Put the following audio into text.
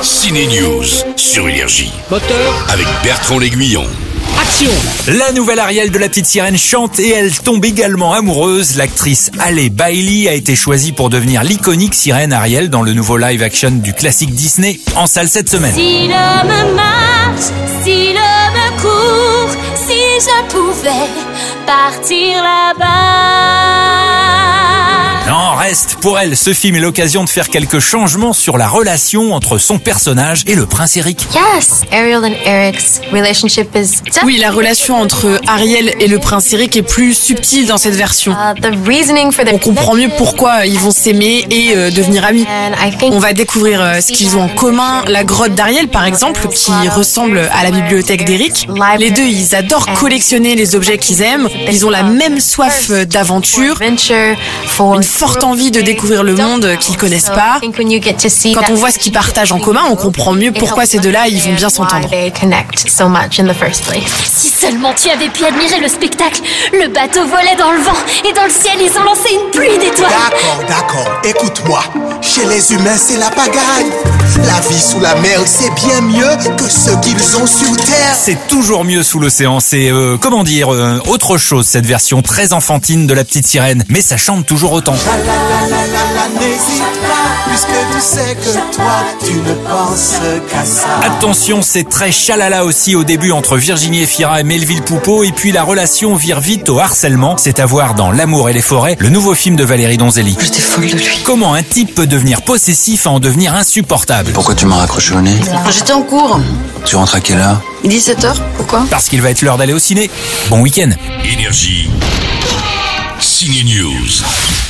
Ciné News sur Énergie Moteur, avec Bertrand L'Aiguillon. action La nouvelle Ariel de la petite sirène chante et elle tombe également amoureuse. L'actrice Halle Bailey a été choisie pour devenir l'iconique sirène Ariel dans le nouveau live action du classique Disney en salle cette semaine. Si l'homme marche, si l'homme court, si je pouvais partir là-bas. Non, reste pour elle, ce film est l'occasion de faire quelques changements sur la relation entre son personnage et le prince Eric. Yes, Ariel and Eric's relationship is def- Oui, la relation entre Ariel et le prince Eric est plus subtile dans cette version. uh, the reasoning for their On comprend mieux pourquoi ils vont s'aimer et euh, devenir amis. And I think On va découvrir euh, ce qu'ils ont en commun, la grotte d'Ariel par exemple, qui ressemble à la bibliothèque d'Eric. Les deux, ils adorent collectionner les objets qu'ils aiment, ils ont la même soif euh, d'aventure, adventure for une forte envie de découvrir le monde qu'ils connaissent pas. Quand on voit ce qu'ils partagent en commun, on comprend mieux pourquoi ces deux-là, ils vont bien s'entendre. Si seulement tu avais pu admirer le spectacle, le bateau volait dans le vent et dans le ciel ils ont lancé une pluie d'étoiles. D'accord, d'accord. Écoute-moi. Chez les humains, c'est la pagaille. La vie sous la mer, c'est bien mieux que ce qu'ils ont sur terre. C'est toujours mieux sous l'océan, c'est euh, comment dire, euh, autre chose cette version très enfantine de la petite sirène, mais ça chante toujours autant. La la la la la la, n'hésite pas, puisque tu sais que toi, tu ne penses qu'à ça. Attention, c'est très chalala aussi au début entre Virginie Efira et Melville Poupeau, et puis la relation vire vite au harcèlement. C'est à voir dans L'amour et les forêts, le nouveau film de Valérie Donzelli. J'étais folle de lui. Comment un type peut devenir possessif à en devenir insupportable Pourquoi tu m'as raccroché au nez Ah, J'étais en cours. Tu rentres à quelle heure 17h, pourquoi Parce qu'il va être l'heure d'aller au ciné. Bon week-end. Énergie. Ciné News.